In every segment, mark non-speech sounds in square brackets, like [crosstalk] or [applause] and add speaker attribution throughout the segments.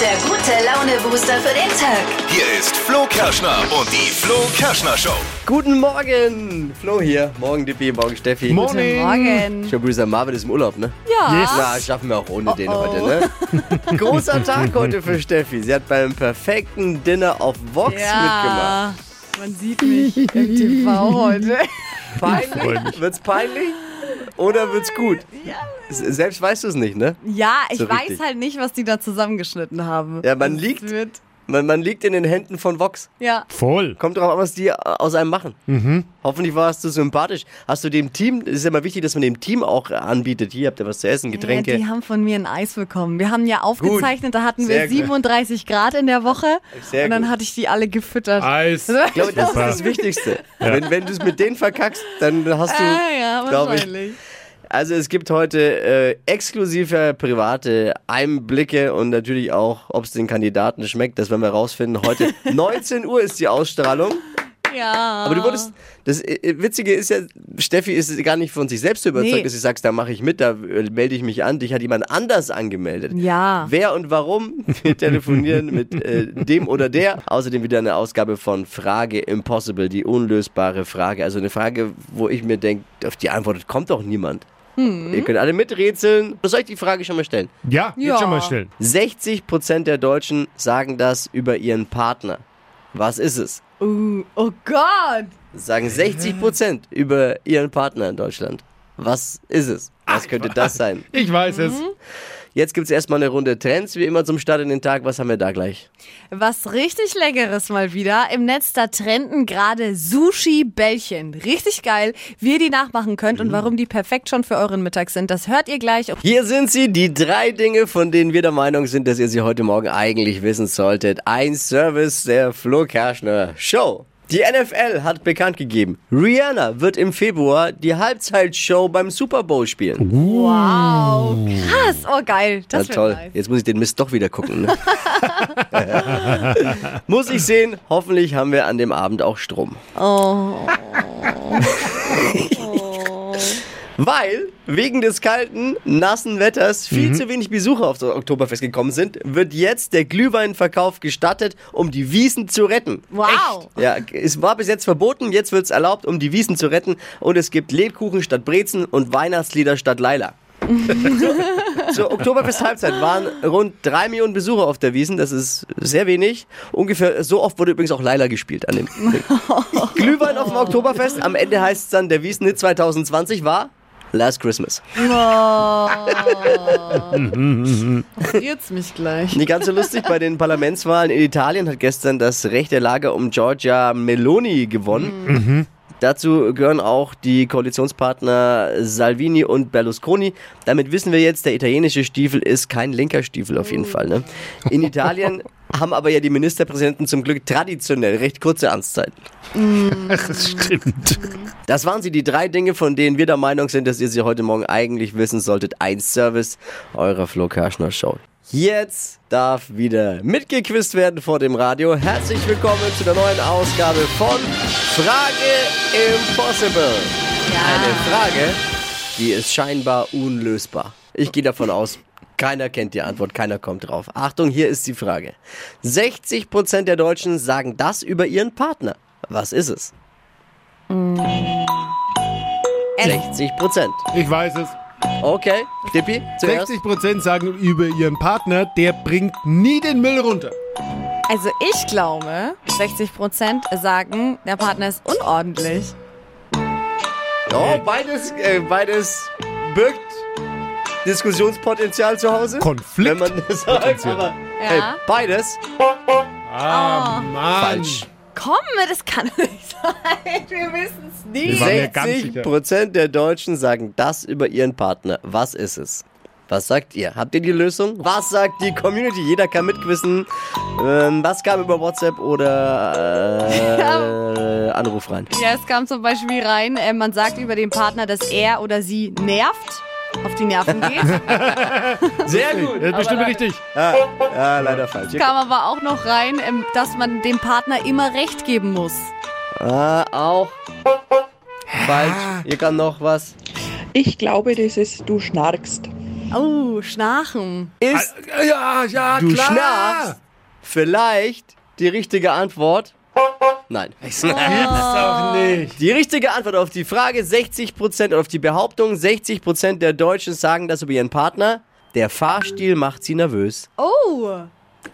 Speaker 1: der gute Laune-Booster für den Tag.
Speaker 2: Hier ist Flo Kerschner und die Flo Kerschner Show.
Speaker 3: Guten Morgen! Flo hier. Morgen Dippi, morgen Steffi.
Speaker 4: Morning.
Speaker 3: Ich
Speaker 5: Morgen.
Speaker 3: glaube, Bruder Marvin ist im Urlaub, ne?
Speaker 5: Ja.
Speaker 3: Na, schaffen wir auch ohne den heute,
Speaker 5: [laughs]
Speaker 3: ne? Großer Tag heute für Steffi. Sie hat beim perfekten Dinner auf Vox mitgemacht.
Speaker 5: ja. Man
Speaker 3: [laughs]
Speaker 5: sieht mich im TV heute.
Speaker 4: freu
Speaker 3: Peinlich?
Speaker 4: mich.
Speaker 3: Wird's peinlich? Oder wird's gut? S- Selbst weißt du es nicht, ne?
Speaker 5: Ja, ich
Speaker 3: So
Speaker 5: weiß
Speaker 3: richtig.
Speaker 5: halt nicht, was die da zusammengeschnitten haben.
Speaker 3: Ja, man
Speaker 5: Es
Speaker 3: liegt.
Speaker 5: Wird,
Speaker 3: Man, man liegt in den Händen von Vox.
Speaker 5: ja.
Speaker 4: Voll.
Speaker 3: Kommt drauf an, was die äh, aus einem machen. Hoffentlich warst du sympathisch. Hast du dem Team, es ist ja immer wichtig, dass man dem Team auch anbietet. Hier habt ihr was zu essen, Getränke.
Speaker 5: Ja, die haben von mir ein Eis bekommen. Wir haben ja aufgezeichnet, da hatten
Speaker 3: Sehr gut.
Speaker 5: wir 37 Grad in der Woche.
Speaker 3: Sehr
Speaker 5: und dann
Speaker 3: gut.
Speaker 5: hatte ich die alle gefüttert.
Speaker 4: Eis.
Speaker 5: Ich [laughs]
Speaker 3: Ich glaube, das ist
Speaker 4: Super.
Speaker 3: das Wichtigste. Wenn, wenn du es mit denen verkackst, dann hast du,
Speaker 5: ah, ja,
Speaker 3: glaube ich.
Speaker 5: wahrscheinlich.
Speaker 3: Also es gibt heute äh, exklusive private Einblicke und natürlich auch, ob es den Kandidaten schmeckt. Das werden wir rausfinden.
Speaker 5: [laughs]
Speaker 3: Heute 19 Uhr ist die Ausstrahlung.
Speaker 5: Ja.
Speaker 3: Aber du wurdest, das äh, Witzige ist ja, Steffi ist gar nicht von sich selbst so überzeugt,
Speaker 5: Nee.
Speaker 3: dass sie sagt, da mache ich mit, da äh, melde ich mich an. Dich hat jemand anders angemeldet.
Speaker 5: Ja.
Speaker 3: Wer und warum? Wir telefonieren mit äh, dem oder der. Außerdem wieder eine Ausgabe von Frage Impossible, die unlösbare Frage. Also eine Frage, wo ich mir denke, auf die Antwort kommt doch niemand.
Speaker 5: Hm.
Speaker 3: Ihr könnt alle miträtseln. Soll ich die Frage schon mal stellen?
Speaker 4: Ja, jetzt
Speaker 5: Ja.
Speaker 4: schon mal stellen.
Speaker 3: 60% der Deutschen sagen das über ihren Partner. Was ist es?
Speaker 5: Uh, oh Gott.
Speaker 3: Sagen 60% über ihren Partner in Deutschland. Was ist es? Was könnte das sein?
Speaker 4: Ich weiß es.
Speaker 5: Mhm.
Speaker 3: Jetzt gibt es erstmal eine Runde Trends, wie immer zum Start in den Tag. Was haben wir da gleich?
Speaker 5: Was richtig Leckeres mal wieder. Im Netz da trenden gerade Sushi-Bällchen. Richtig geil, wie ihr die nachmachen könnt und warum die perfekt schon für euren Mittag sind. Das hört ihr gleich.
Speaker 3: Hier sind sie, die drei Dinge, von denen wir der Meinung sind, dass ihr sie heute Morgen eigentlich wissen solltet. Ein Service der Flo Kerschner Show. Die NFL hat bekannt gegeben, Rihanna wird im Februar die Halbzeitshow beim Super Bowl spielen.
Speaker 5: Wow, krass. Oh, geil.
Speaker 3: Na
Speaker 5: Das wird
Speaker 3: toll.
Speaker 5: nice.
Speaker 3: Jetzt muss ich den Mist doch wieder gucken. Ne? [laughs] muss ich sehen. Hoffentlich haben wir an dem Abend auch Strom.
Speaker 5: Oh.
Speaker 3: [laughs]
Speaker 5: [laughs]
Speaker 3: Weil wegen des kalten, nassen Wetters viel zu wenig Besucher auf das Oktoberfest gekommen sind, wird jetzt der Glühweinverkauf gestattet, um die Wiesen zu retten.
Speaker 5: Wow.
Speaker 3: Echt? Ja, es war bis jetzt verboten, jetzt wird es erlaubt, um die Wiesen zu retten. Und es gibt Lebkuchen statt Brezen und Weihnachtslieder statt Leila. Zur Oktoberfest-Halbzeit waren rund drei Millionen Besucher auf der Wiesen. Das ist sehr wenig. Ungefähr so oft wurde übrigens auch Leila gespielt an dem. Glühwein auf dem Oktoberfest. Am Ende heißt es dann, der Wiesenhit 2020 war Last Christmas.
Speaker 5: Jetzt Oh. mich gleich.
Speaker 3: Nicht ganz so lustig, bei den Parlamentswahlen in Italien hat gestern das rechte Lager um Giorgia Meloni gewonnen. Dazu gehören auch die Koalitionspartner Salvini und Berlusconi. Damit wissen wir jetzt, der italienische Stiefel ist kein linker Stiefel auf jeden Fall. Ne? In Italien haben aber ja die Ministerpräsidenten zum Glück traditionell recht kurze Amtszeiten.
Speaker 4: [laughs] Das stimmt.
Speaker 3: Das waren sie, die drei Dinge, von denen wir der Meinung sind, dass ihr sie heute Morgen eigentlich wissen solltet. Ein Service eurer Flo Kerschner Show. Jetzt darf wieder mitgequizt werden vor dem Radio. Herzlich willkommen zu der neuen Ausgabe von Frage Impossible. Eine Frage, die ist scheinbar unlösbar. Ich gehe davon aus, keiner kennt die Antwort, keiner kommt drauf. Achtung, hier ist die Frage. 60% der Deutschen sagen das über ihren Partner. Was ist es? 60 Prozent.
Speaker 4: Ich weiß es.
Speaker 3: Okay, Dippi, zuerst.
Speaker 4: 60 Prozent sagen über ihren Partner, der bringt nie den Müll runter.
Speaker 5: Also ich glaube, 60% sagen, der Partner ist unordentlich.
Speaker 3: Oh, beides, äh, beides birgt Diskussionspotenzial zu Hause.
Speaker 4: Konflikt.
Speaker 3: Wenn man das sagt, aber hey,
Speaker 5: Ja.
Speaker 3: beides
Speaker 4: Ah, Mann.
Speaker 3: falsch.
Speaker 5: Komm, das kann [laughs] nicht sein. Wir wissen es
Speaker 4: Wir
Speaker 5: nicht.
Speaker 4: waren ja ganz
Speaker 3: 60
Speaker 4: sicher.
Speaker 3: Prozent der Deutschen sagen das über ihren Partner. Was ist es? Was sagt ihr? Habt ihr die Lösung? Was sagt die Community? Jeder kann mitquissen. Ähm, was kam über WhatsApp oder äh, Anruf rein?
Speaker 5: Ja, es kam zum Beispiel rein, äh, man sagt über den Partner, dass er oder sie nervt, auf die Nerven geht.
Speaker 3: Sehr gut.
Speaker 4: Das ist bestimmt richtig.
Speaker 3: Ja, leider falsch.
Speaker 5: kam aber auch noch rein, ähm, dass man dem Partner immer recht geben muss.
Speaker 3: Ah, auch.
Speaker 4: Ah.
Speaker 3: Falsch. Hier kann noch was.
Speaker 6: Ich glaube, das ist du schnarkst.
Speaker 5: Oh, Schnarchen.
Speaker 3: Ist
Speaker 4: Äh, Ja, ja,
Speaker 3: du
Speaker 4: klar.
Speaker 3: schnarchst vielleicht die richtige Antwort?
Speaker 5: [laughs]
Speaker 3: Nein.
Speaker 4: Doch
Speaker 5: Ah.
Speaker 4: nicht.
Speaker 3: Die richtige Antwort auf die Frage 60% oder auf die Behauptung 60% der Deutschen sagen das über ihren Partner. Der Fahrstil macht sie nervös.
Speaker 5: Oh.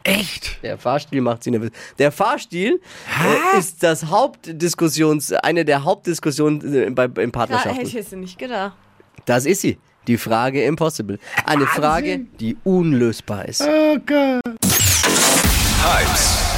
Speaker 4: Echt?
Speaker 3: Der Fahrstil macht sie nervös. Der Fahrstil äh, ist das Hauptdiskussions eine der Hauptdiskussionen äh, bei, in
Speaker 5: Da hätte ich
Speaker 3: Partnerschaften.
Speaker 5: jetzt nicht gedacht.
Speaker 3: Das ist sie. Die Frage impossible. Eine Frage, die unlösbar ist.
Speaker 4: Oh Gott.
Speaker 2: Hypes,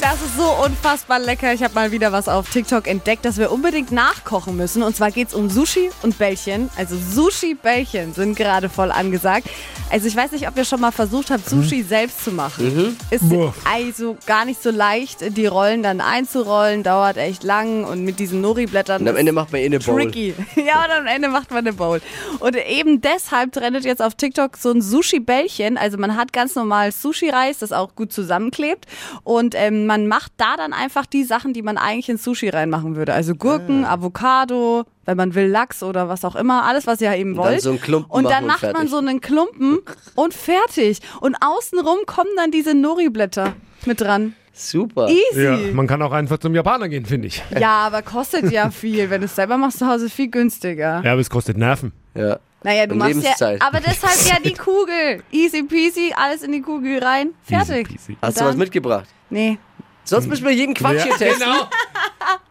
Speaker 5: Das ist so unfassbar lecker. Ich habe mal wieder was auf TikTok entdeckt, dass wir unbedingt nachkochen müssen. Und zwar geht's um Sushi und Bällchen. Also Sushi-Bällchen sind gerade voll angesagt. Also ich weiß nicht, ob ihr schon mal versucht habt, Sushi selbst zu machen. Ist
Speaker 4: Boah.
Speaker 5: also gar nicht so leicht, die Rollen dann einzurollen. Dauert echt lang. Und mit diesen Nori-Blättern...
Speaker 3: Und am
Speaker 5: ist-
Speaker 3: Ende macht man eh eine Bowl.
Speaker 5: Tricky. [laughs] Ja, und am Ende macht man eine Bowl. Und eben deshalb trendet jetzt auf TikTok so ein Sushi-Bällchen. Also man hat ganz normal Sushi-Reis, das auch gut zusammenklebt. Und ähm, man macht da dann einfach die Sachen, die man eigentlich in Sushi reinmachen würde. Also Gurken,
Speaker 3: Ah.
Speaker 5: Avocado, wenn man will, Lachs oder was auch immer. Alles, was ihr eben
Speaker 3: dann
Speaker 5: wollt.
Speaker 3: so einen Klumpen
Speaker 5: und
Speaker 3: machen
Speaker 5: dann
Speaker 3: und
Speaker 5: macht man
Speaker 3: fertig.
Speaker 5: so einen Klumpen und fertig. Und außenrum kommen dann diese Nori-Blätter mit dran.
Speaker 3: Super.
Speaker 5: Easy.
Speaker 4: Ja, man kann auch einfach zum Japaner gehen, finde ich.
Speaker 5: Ja, aber kostet ja viel. Wenn du es selber machst zu Hause, viel günstiger.
Speaker 4: Ja, aber es kostet Nerven.
Speaker 3: Ja.
Speaker 5: Naja, du
Speaker 3: Und
Speaker 5: machst
Speaker 3: Lebenszeit.
Speaker 5: ja. Aber deshalb ja
Speaker 3: [laughs]
Speaker 5: die Kugel. Easy peasy, alles in die Kugel rein. Fertig.
Speaker 4: Easy peasy.
Speaker 3: Hast du
Speaker 5: Dann-
Speaker 3: was mitgebracht?
Speaker 5: Nee.
Speaker 3: Sonst müssen wir jeden Quatsch hier
Speaker 4: Ja,
Speaker 3: testen.
Speaker 4: genau.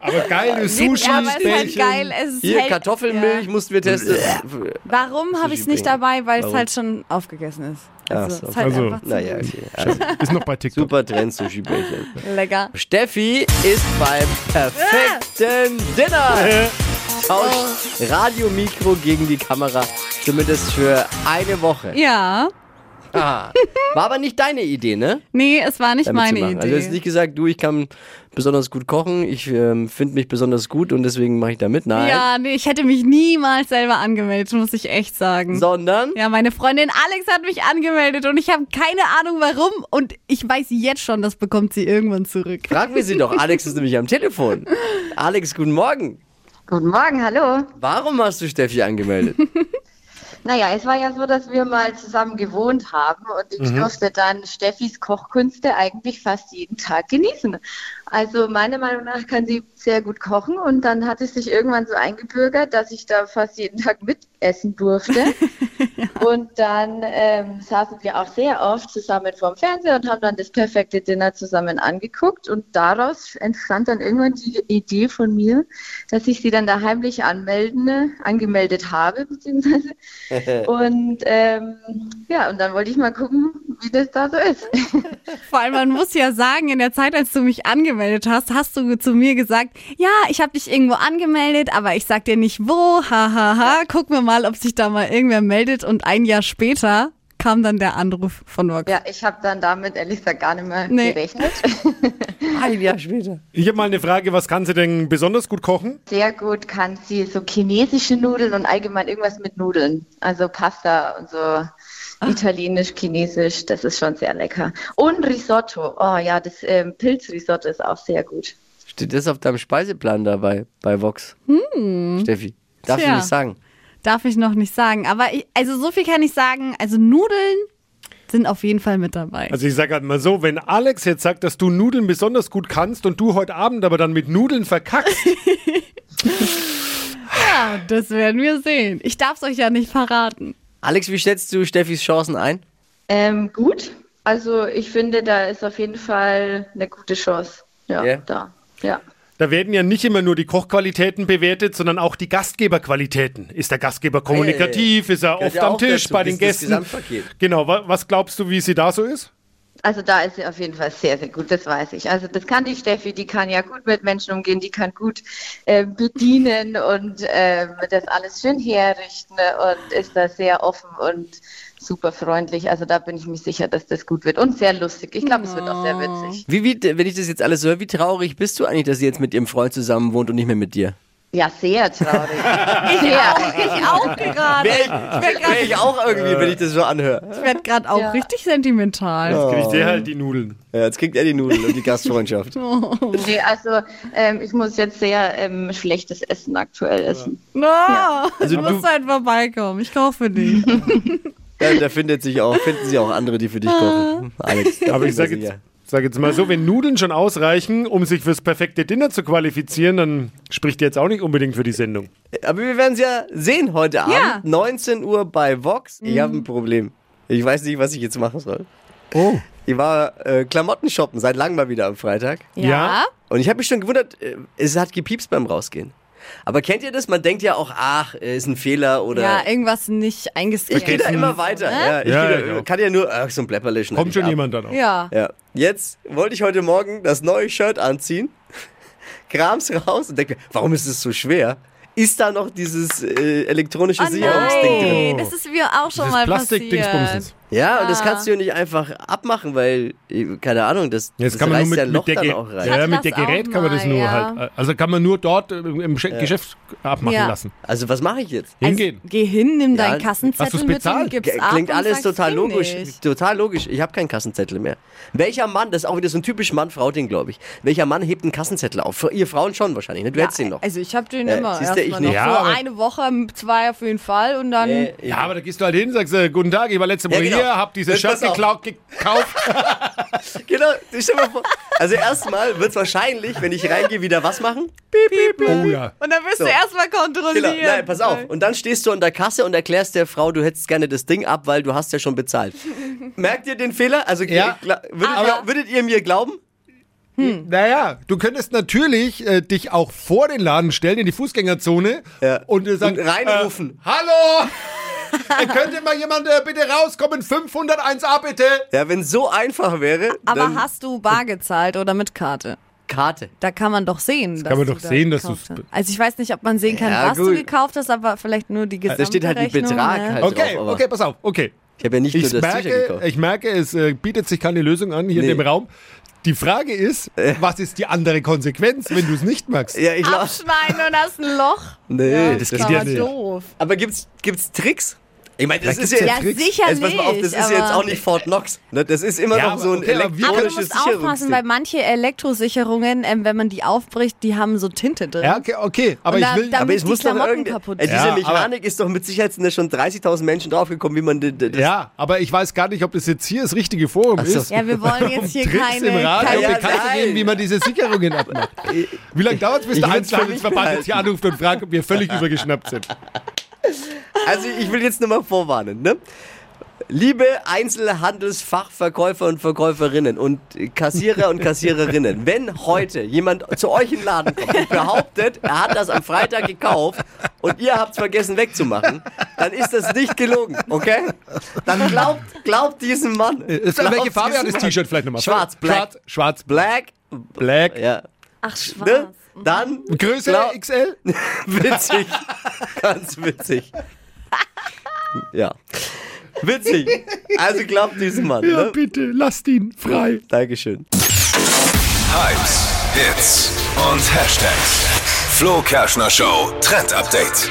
Speaker 4: Aber geile Sushi,
Speaker 5: ja, aber es ist halt
Speaker 4: Bällchen.
Speaker 5: geil. Es ist
Speaker 3: Hier
Speaker 5: halt,
Speaker 3: Kartoffelmilch
Speaker 5: Ja.
Speaker 3: mussten wir testen. Also,
Speaker 5: Warum habe ich es nicht dabei? Weil es
Speaker 3: Warum?
Speaker 5: halt schon aufgegessen ist. Also,
Speaker 3: Ach so.
Speaker 5: es ist halt
Speaker 4: Also,
Speaker 5: einfach zu
Speaker 3: Naja, [laughs] okay. Also,
Speaker 4: Ist noch bei TikTok.
Speaker 3: super Trend, Sushi-Bällchen.
Speaker 5: lecker.
Speaker 3: Steffi ist beim perfekten Dinner. Tauscht Radiomikro gegen die Kamera. Zumindest für eine Woche.
Speaker 5: Ja.
Speaker 3: Ah. War aber nicht deine Idee, ne?
Speaker 5: Nee, es war nicht
Speaker 3: damit
Speaker 5: meine
Speaker 3: zu machen.
Speaker 5: Idee.
Speaker 3: Also du hast nicht gesagt, du, ich kann besonders gut kochen, ich ähm, finde mich besonders gut und deswegen mache ich da mit. Nein.
Speaker 5: ja, nee, ich hätte mich niemals selber angemeldet, muss ich echt sagen.
Speaker 3: Sondern
Speaker 5: Ja, meine Freundin Alex hat mich angemeldet und ich habe keine Ahnung warum. Und ich weiß jetzt schon, das bekommt sie irgendwann zurück.
Speaker 3: fragen wir sie doch. Alex ist nämlich am Telefon. Alex, guten Morgen.
Speaker 6: Guten Morgen, hallo.
Speaker 3: Warum hast du Steffi angemeldet?
Speaker 6: Naja, es war ja so, dass wir mal zusammen gewohnt haben und ich durfte dann Steffis Kochkünste eigentlich fast jeden Tag genießen. Also meiner Meinung nach kann sie sehr gut kochen und dann hat es sich irgendwann so eingebürgert, dass ich da fast jeden Tag mitessen durfte. Und dann ähm, saßen wir auch sehr oft zusammen vorm Fernseher und haben dann das perfekte Dinner zusammen angeguckt. Und daraus entstand dann irgendwann die Idee von mir, dass ich sie dann da heimlich anmelden, äh, angemeldet habe, beziehungsweise. Und ähm, ja, und dann wollte ich mal gucken, wie das da so ist.
Speaker 5: Vor allem, man muss ja sagen, in der Zeit, als du mich angemeldet hast, hast du zu mir gesagt, ja, ich habe dich irgendwo angemeldet, aber ich sag dir nicht wo, hahaha, ha, ha. guck mir mal, ob sich da mal irgendwer meldet und ein Jahr später kam dann der Anruf von Vox.
Speaker 6: [laughs] Ja, ich habe dann damit ehrlich gesagt gar nicht mehr
Speaker 5: Nee.
Speaker 6: gerechnet.
Speaker 3: Ein Jahr später.
Speaker 4: Ich habe mal eine Frage, was kannst du denn besonders gut kochen?
Speaker 6: Sehr gut kann sie so chinesische Nudeln und allgemein irgendwas mit Nudeln. Also Pasta und so italienisch, chinesisch, das ist schon sehr lecker. Und Risotto. Oh ja, das ähm, Pilzrisotto ist auch sehr gut.
Speaker 3: Steht das auf deinem Speiseplan dabei bei Vox? Steffi, darfst
Speaker 5: Tja.
Speaker 3: du nicht sagen.
Speaker 5: Darf ich noch nicht sagen, aber ich, also so viel kann ich sagen, also Nudeln sind auf jeden Fall mit dabei.
Speaker 4: Also ich sage halt mal so, wenn Alex jetzt sagt, dass du Nudeln besonders gut kannst und du heute Abend aber dann mit Nudeln verkackst,
Speaker 3: [laughs]
Speaker 5: ja, Oh, das werden wir sehen. Ich darf es euch ja nicht verraten.
Speaker 3: Alex, wie schätzt du Steffis Chancen ein?
Speaker 6: Ähm, gut. Also ich finde, da ist auf jeden Fall eine gute Chance. Ja,
Speaker 3: Ja.
Speaker 6: da. Ja.
Speaker 4: da werden ja nicht immer nur die Kochqualitäten bewertet, sondern auch die Gastgeberqualitäten. Ist der Gastgeber kommunikativ? Ist er
Speaker 3: Gehört
Speaker 4: oft
Speaker 3: ja
Speaker 4: am
Speaker 3: auch
Speaker 4: Tisch
Speaker 3: dazu,
Speaker 4: bei den
Speaker 3: das ist das
Speaker 4: Gästen?
Speaker 3: Gesamtpaket.
Speaker 4: Genau, wa was glaubst du, wie sie da so ist?
Speaker 6: Also da ist sie auf jeden Fall sehr, sehr gut, das weiß ich. Also das kann die Steffi, die kann ja gut mit Menschen umgehen, die kann gut ähm, bedienen und ähm, das alles schön herrichten und ist da sehr offen und super freundlich. Also da bin ich mir sicher, dass das gut wird und sehr lustig. Ich glaube, es wird auch sehr witzig.
Speaker 3: Wie, wie, wenn ich das jetzt alles so höre, wie traurig bist du eigentlich, dass sie jetzt mit ihrem Freund zusammen wohnt und nicht mehr mit dir?
Speaker 6: Ja, sehr traurig.
Speaker 5: Ich auch, ich auch gerade.
Speaker 3: Wäre ich,
Speaker 5: werd grad-
Speaker 3: wär ich auch irgendwie, wenn ich das so anhöre.
Speaker 5: Ich werde gerade auch
Speaker 6: Ja.
Speaker 5: richtig
Speaker 3: Oh.
Speaker 5: sentimental.
Speaker 4: Kriegt der halt die Nudeln.
Speaker 3: Ja, jetzt kriegt er die Nudeln und die Gastfreundschaft.
Speaker 5: [laughs]
Speaker 6: nee, also ähm, ich muss jetzt sehr ähm, schlechtes Essen aktuell essen.
Speaker 5: Na,
Speaker 3: Also
Speaker 5: du
Speaker 3: du-
Speaker 5: musst halt vorbeikommen. Ich
Speaker 3: [laughs]
Speaker 5: kaufe dich.
Speaker 3: Da, da findet sich auch, finden sich auch andere, die für dich kochen. Alex, da
Speaker 4: Aber
Speaker 3: bin
Speaker 4: ich sage
Speaker 3: mir
Speaker 4: jetzt,
Speaker 3: sicher.
Speaker 4: sag jetzt mal so, wenn Nudeln schon ausreichen, um sich fürs perfekte Dinner zu qualifizieren, dann spricht ihr jetzt auch nicht unbedingt für die Sendung.
Speaker 3: Aber wir werden es ja sehen heute Abend,
Speaker 5: Ja. Mhm.
Speaker 3: 19 Uhr bei Vox. Ich habe ein Problem. Ich weiß nicht, was ich jetzt machen soll.
Speaker 4: Oh.
Speaker 3: Ich war äh, Klamotten shoppen, seit langem mal wieder am Freitag.
Speaker 4: Ja?
Speaker 3: Und ich habe mich schon gewundert, äh, es hat gepiepst beim Rausgehen. Aber kennt ihr das? Man denkt ja auch, ach, äh, ist ein Fehler oder...
Speaker 5: Ja, irgendwas nicht
Speaker 3: ich gehe
Speaker 5: eingescannt.
Speaker 3: da immer weiter.
Speaker 5: ne?
Speaker 3: Ja, ich
Speaker 4: Ja,
Speaker 3: geh da,
Speaker 4: ja, genau.
Speaker 3: kann ja nur, ach, so ein Bläpperle schneid
Speaker 4: Kommt
Speaker 3: ich
Speaker 4: schon
Speaker 3: ab.
Speaker 4: jemand dann auch.
Speaker 5: Ja.
Speaker 3: Ja. Jetzt wollte ich heute Morgen das neue Shirt anziehen, [laughs] kram's raus und denke mir, warum ist es so schwer? Ist da noch dieses äh, elektronische
Speaker 5: Oh
Speaker 3: Sicherungsding drin?
Speaker 5: nein, das ist mir auch schon
Speaker 4: Dieses
Speaker 5: mal
Speaker 4: Plastikdingsbumsens.
Speaker 5: passiert.
Speaker 3: Ja, und das
Speaker 5: Ah.
Speaker 3: kannst du ja nicht einfach abmachen, weil, äh, keine Ahnung, das,
Speaker 4: Jetzt
Speaker 3: das
Speaker 4: kann man nur
Speaker 3: reißt
Speaker 4: mit,
Speaker 3: ja ein Loch
Speaker 4: mit der,
Speaker 3: dann
Speaker 4: Ge-
Speaker 3: auch rein.
Speaker 4: ja,
Speaker 5: hatte
Speaker 4: mit
Speaker 5: das
Speaker 4: der Gerät
Speaker 5: auch
Speaker 4: kann man das nur
Speaker 5: mal, ja.
Speaker 4: halt. Also kann man nur dort äh, im Sch- Geschäft abmachen
Speaker 5: Ja.
Speaker 4: lassen.
Speaker 3: Also was mache ich jetzt?
Speaker 4: Hingehen.
Speaker 5: Also Geh hin,
Speaker 3: Ja,
Speaker 5: nimm deinen
Speaker 4: hast du's
Speaker 5: Kassenzettel mit und
Speaker 4: bezahlt?
Speaker 5: gib's
Speaker 3: Ge-
Speaker 5: ab.
Speaker 3: Klingt
Speaker 5: und
Speaker 3: alles
Speaker 5: sagst,
Speaker 3: total
Speaker 5: "Geh
Speaker 3: logisch.
Speaker 5: nicht."
Speaker 3: Total logisch. Ich habe keinen Kassenzettel mehr. Welcher Mann, das ist auch wieder so ein typisch Mann-Frau-Ding, glaube ich. Welcher Mann hebt einen Kassenzettel auf? Für- Ihr Frauen schon wahrscheinlich, ne? Du hättest ihn noch.
Speaker 5: Also ich hab den
Speaker 3: Äh,
Speaker 5: immer.
Speaker 3: siehst du, ich
Speaker 5: erstmal
Speaker 3: nicht.
Speaker 5: noch
Speaker 4: Ja,
Speaker 5: so
Speaker 4: aber-
Speaker 5: eine Woche, zwei auf jeden Fall und dann.
Speaker 3: Äh,
Speaker 4: Ja, aber da gehst du halt hin, sagst, äh, guten Tag, ich war letzte
Speaker 3: Ja,
Speaker 4: Woche
Speaker 3: genau.
Speaker 4: hier, hab dieses
Speaker 3: Jetzt
Speaker 4: Shirt
Speaker 3: pass auf. [laughs]
Speaker 4: geklaut, gekauft.
Speaker 3: Genau, ich stell mal vor. Also erstmal wird's wahrscheinlich, wenn ich reingehe, wieder was machen?
Speaker 4: oh ja.
Speaker 5: Und dann wirst
Speaker 3: So.
Speaker 5: du erstmal kontrolliert.
Speaker 3: Genau. Nein, pass auf. Und dann stehst du an der Kasse und erklärst der Frau, du hättest gerne das Ding ab, weil du hast ja schon bezahlt. Merkt ihr den Fehler? Also
Speaker 4: Ja.
Speaker 3: gla- würdet,
Speaker 5: Aber-
Speaker 3: würdet ihr mir glauben?
Speaker 4: Naja, du könntest natürlich äh, dich auch vor den Laden stellen, in die Fußgängerzone
Speaker 3: Ja.
Speaker 4: und, äh, sagen,
Speaker 3: Und reinrufen.
Speaker 4: Äh, Hallo! äh, könnte mal jemand äh, bitte rauskommen? 501a bitte!
Speaker 3: Ja, wenn so einfach wäre,
Speaker 5: Aber
Speaker 3: dann
Speaker 5: hast du bar gezahlt oder mit Karte?
Speaker 3: Karte.
Speaker 5: Da kann man doch sehen. Das
Speaker 4: kann man doch sehen, dass
Speaker 5: gekauft
Speaker 4: du's-
Speaker 5: hast. Also ich weiß nicht, ob man sehen kann,
Speaker 3: Ja,
Speaker 5: was du
Speaker 3: gut.
Speaker 5: gekauft hast, aber vielleicht nur die gesamte
Speaker 3: Da steht halt die
Speaker 5: Rechnung,
Speaker 3: Betrag
Speaker 5: ne?
Speaker 3: halt
Speaker 4: Okay,
Speaker 3: drauf. Aber
Speaker 4: okay, pass auf, okay.
Speaker 3: Ich habe ja nicht
Speaker 4: Ich
Speaker 3: nur das T-Shirt
Speaker 4: merke,
Speaker 3: gekauft.
Speaker 4: ich merke, es äh, bietet sich keine Lösung an hier
Speaker 3: Nee. Äh.
Speaker 4: in dem Raum. Die Frage ist, was ist die andere Konsequenz, wenn du es nicht magst?
Speaker 3: ja, ich glaube.
Speaker 5: [laughs] Abschneiden und hast ein Loch.
Speaker 3: Nee,
Speaker 5: Ja,
Speaker 3: das
Speaker 5: ist
Speaker 3: geht
Speaker 5: aber
Speaker 3: ja nicht.
Speaker 5: doof.
Speaker 3: Aber gibt's, gibt's Tricks? Ich meine, das
Speaker 4: Da
Speaker 3: ist
Speaker 4: gibt's
Speaker 5: Ja,
Speaker 3: ja.
Speaker 4: Tricks.
Speaker 5: sicher
Speaker 3: jetzt pass
Speaker 5: nicht.
Speaker 3: mal auf, das ist
Speaker 5: aber
Speaker 3: ja jetzt auch nicht Fort Knox. Ne, Das ist immer
Speaker 4: Ja,
Speaker 3: noch so ein
Speaker 4: aber- okay, aber wir-
Speaker 5: aber du
Speaker 3: elektronisches
Speaker 5: musst aufpassen, weil
Speaker 3: Sicherungsding.
Speaker 5: manche Elektrosicherungen, ähm, wenn man die aufbricht, die haben so Tinte drin.
Speaker 4: Ja, okay, okay. Aber
Speaker 5: Und
Speaker 4: ich
Speaker 5: da-
Speaker 4: will.
Speaker 5: da-
Speaker 3: Aber
Speaker 5: damit
Speaker 3: es
Speaker 5: die
Speaker 3: muss doch
Speaker 5: Klamotten
Speaker 3: irgendwie.
Speaker 5: kaputt
Speaker 3: Äh, diese
Speaker 4: sind. Ja, aber-
Speaker 3: Mechanik ist doch mit Sicherheit sind da schon 30.000 Menschen draufgekommen, wie man d- d- das
Speaker 4: ja, aber ich weiß gar nicht, ob das jetzt hier das richtige Forum
Speaker 3: so.
Speaker 4: ist.
Speaker 5: Ja, wir wollen jetzt
Speaker 4: [laughs]
Speaker 5: hier
Speaker 4: Tricks
Speaker 5: keine.
Speaker 4: im Radio
Speaker 5: keine
Speaker 3: Ja,
Speaker 4: bekannt zu
Speaker 3: nein.
Speaker 4: geben, wie man diese Sicherungen abmacht.
Speaker 3: äh,
Speaker 4: Wie lange dauert es, bis
Speaker 3: Ich würd's für
Speaker 4: der
Speaker 3: mich
Speaker 4: Einzelhandelsverband jetzt hier anruft und fragt, ob wir völlig
Speaker 3: [laughs]
Speaker 4: übergeschnappt sind?
Speaker 3: Äh, Also ich will jetzt nur mal vorwarnen, ne? Liebe Einzelhandelsfachverkäufer und Verkäuferinnen und Kassierer und Kassiererinnen, wenn heute jemand zu euch in den Laden kommt und behauptet, er hat das am Freitag gekauft und ihr habt es vergessen wegzumachen, dann ist das nicht gelogen, okay? Dann glaubt, glaubt diesem Mann.
Speaker 4: Ist,
Speaker 3: Glaubt
Speaker 4: welche Farbe hat
Speaker 3: diesem
Speaker 4: das
Speaker 3: Mann.
Speaker 4: T-Shirt vielleicht nochmal?
Speaker 3: Schwarz, black,
Speaker 4: Schwarz, schwarz, black.
Speaker 3: black,
Speaker 4: black.
Speaker 3: ja.
Speaker 5: Ach, schwarz. Mhm.
Speaker 3: Ne? Dann
Speaker 4: Größe
Speaker 3: glaub-
Speaker 4: XL?
Speaker 3: [laughs] Witzig. Ganz witzig. Ja. Witzig. Also glaubt diesem Mann.
Speaker 4: Ja,
Speaker 3: Ne?
Speaker 4: bitte, lasst ihn frei. [laughs]
Speaker 3: Dankeschön.
Speaker 2: Hypes, Hits und Hashtags. Flo Kerschner Show Trend Update.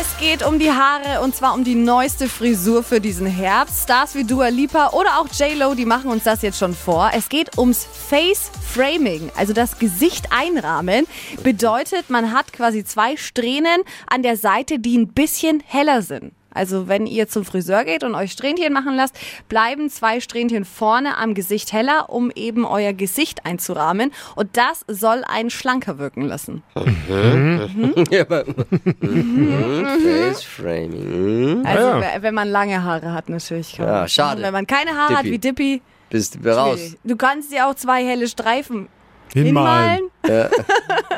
Speaker 5: Es geht um die Haare und zwar um die neueste Frisur für diesen Herbst. Stars wie Dua Lipa oder auch J-Lo, die machen uns das jetzt schon vor. Es geht ums Face Framing, also das Gesicht einrahmen. Bedeutet, man hat quasi zwei Strähnen an der Seite, die ein bisschen heller sind. Also wenn ihr zum Friseur geht und euch Strähnchen machen lasst, bleiben zwei Strähnchen vorne am Gesicht heller, um eben euer Gesicht einzurahmen. Und das soll einen schlanker wirken lassen.
Speaker 3: Ja, aber- Mhm, Face Framing.
Speaker 5: Also
Speaker 4: Ah ja.
Speaker 5: we- wenn man lange Haare hat natürlich. Kann
Speaker 3: Ja,
Speaker 5: man.
Speaker 3: schade.
Speaker 5: Und wenn man keine Haare hat
Speaker 3: Dippi.
Speaker 5: wie Dippy,
Speaker 3: Bist du raus?
Speaker 5: schwierig. du kannst dir auch zwei helle Streifen
Speaker 4: Hinmalen.
Speaker 5: hinmalen,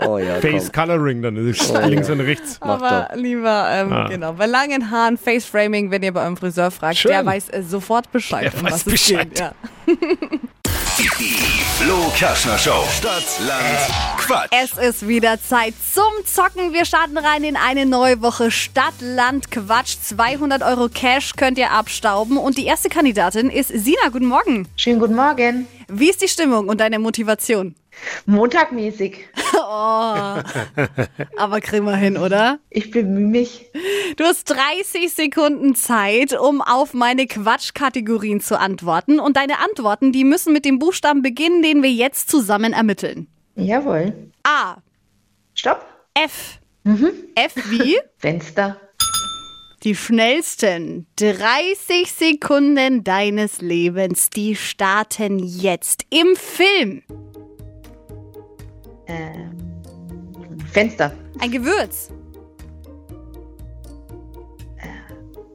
Speaker 3: Oh ja, komm.
Speaker 4: Face Coloring, dann ist
Speaker 6: Oh,
Speaker 4: links und rechts.
Speaker 5: aber lieber ähm,
Speaker 4: Ah.
Speaker 5: genau bei langen Haaren Face Framing, wenn ihr bei eurem Friseur fragt,
Speaker 4: Schön.
Speaker 5: der weiß äh, sofort Bescheid,
Speaker 4: Der
Speaker 5: um
Speaker 4: weiß
Speaker 5: was es
Speaker 4: Bescheid.
Speaker 5: geht. Ja.
Speaker 2: Die Flo Kerschner Show. Stadt, Land, Quatsch.
Speaker 5: Es ist wieder Zeit zum Zocken. Wir starten rein in eine neue Woche Stadt, Land, Quatsch. 200 Euro Cash könnt ihr abstauben und die erste Kandidatin ist Sina. Guten Morgen.
Speaker 7: Schönen guten Morgen.
Speaker 5: Wie ist die Stimmung und deine Motivation?
Speaker 6: Montagmäßig.
Speaker 5: Aber kriegen wir hin, oder?
Speaker 6: Ich bemühe mich.
Speaker 5: Du hast 30 Sekunden Zeit, um auf meine Quatschkategorien zu antworten. Und deine Antworten, die müssen mit dem Buchstaben beginnen, den wir jetzt zusammen ermitteln.
Speaker 6: Jawohl.
Speaker 5: A.
Speaker 6: Stopp.
Speaker 5: F. F wie?
Speaker 6: Fenster.
Speaker 5: Die schnellsten 30 Sekunden deines Lebens, die starten jetzt im Film.
Speaker 6: Ähm, Fenster.
Speaker 5: Ein Gewürz,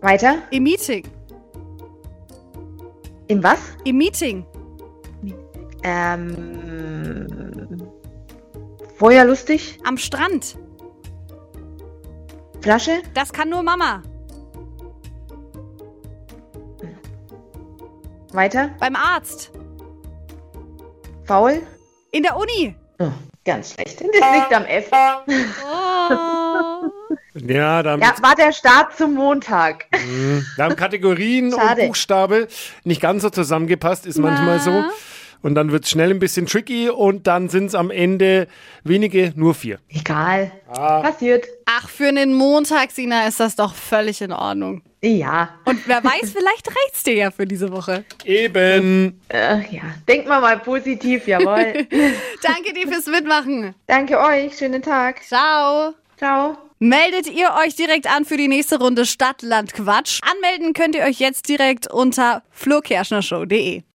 Speaker 6: Weiter.
Speaker 5: im Meeting,
Speaker 6: Im was?
Speaker 5: im Meeting,
Speaker 6: Ähm, Feuer lustig.
Speaker 5: am Strand.
Speaker 6: Flasche.
Speaker 5: Das kann nur Mama.
Speaker 6: Weiter.
Speaker 5: Beim Arzt,
Speaker 6: Faul.
Speaker 5: in der Uni.
Speaker 6: Oh, ganz schlecht. [laughs] Das liegt am F.
Speaker 5: Oh.
Speaker 4: Ja, da haben,
Speaker 6: Ja, war der Start zum Montag. [laughs]
Speaker 4: da haben Kategorien
Speaker 6: Schade.
Speaker 4: und Buchstabe nicht ganz so zusammengepasst, ist manchmal so. Und dann wird es schnell ein bisschen tricky und dann sind es am Ende wenige, nur vier.
Speaker 6: Egal. Passiert.
Speaker 5: Ach, für einen Montag, Sina, ist das doch völlig in Ordnung.
Speaker 6: Ja.
Speaker 5: Und wer weiß, vielleicht reicht's dir ja für diese Woche.
Speaker 4: Eben.
Speaker 6: Äh, ja. Denkt mal mal positiv, jawohl.
Speaker 5: Danke dir fürs Mitmachen.
Speaker 6: Danke euch. Schönen Tag.
Speaker 5: Ciao.
Speaker 6: Ciao.
Speaker 5: Meldet ihr euch direkt an für die nächste Runde Stadt, Land, Quatsch. Anmelden könnt ihr euch jetzt direkt unter flokerschnershow.de.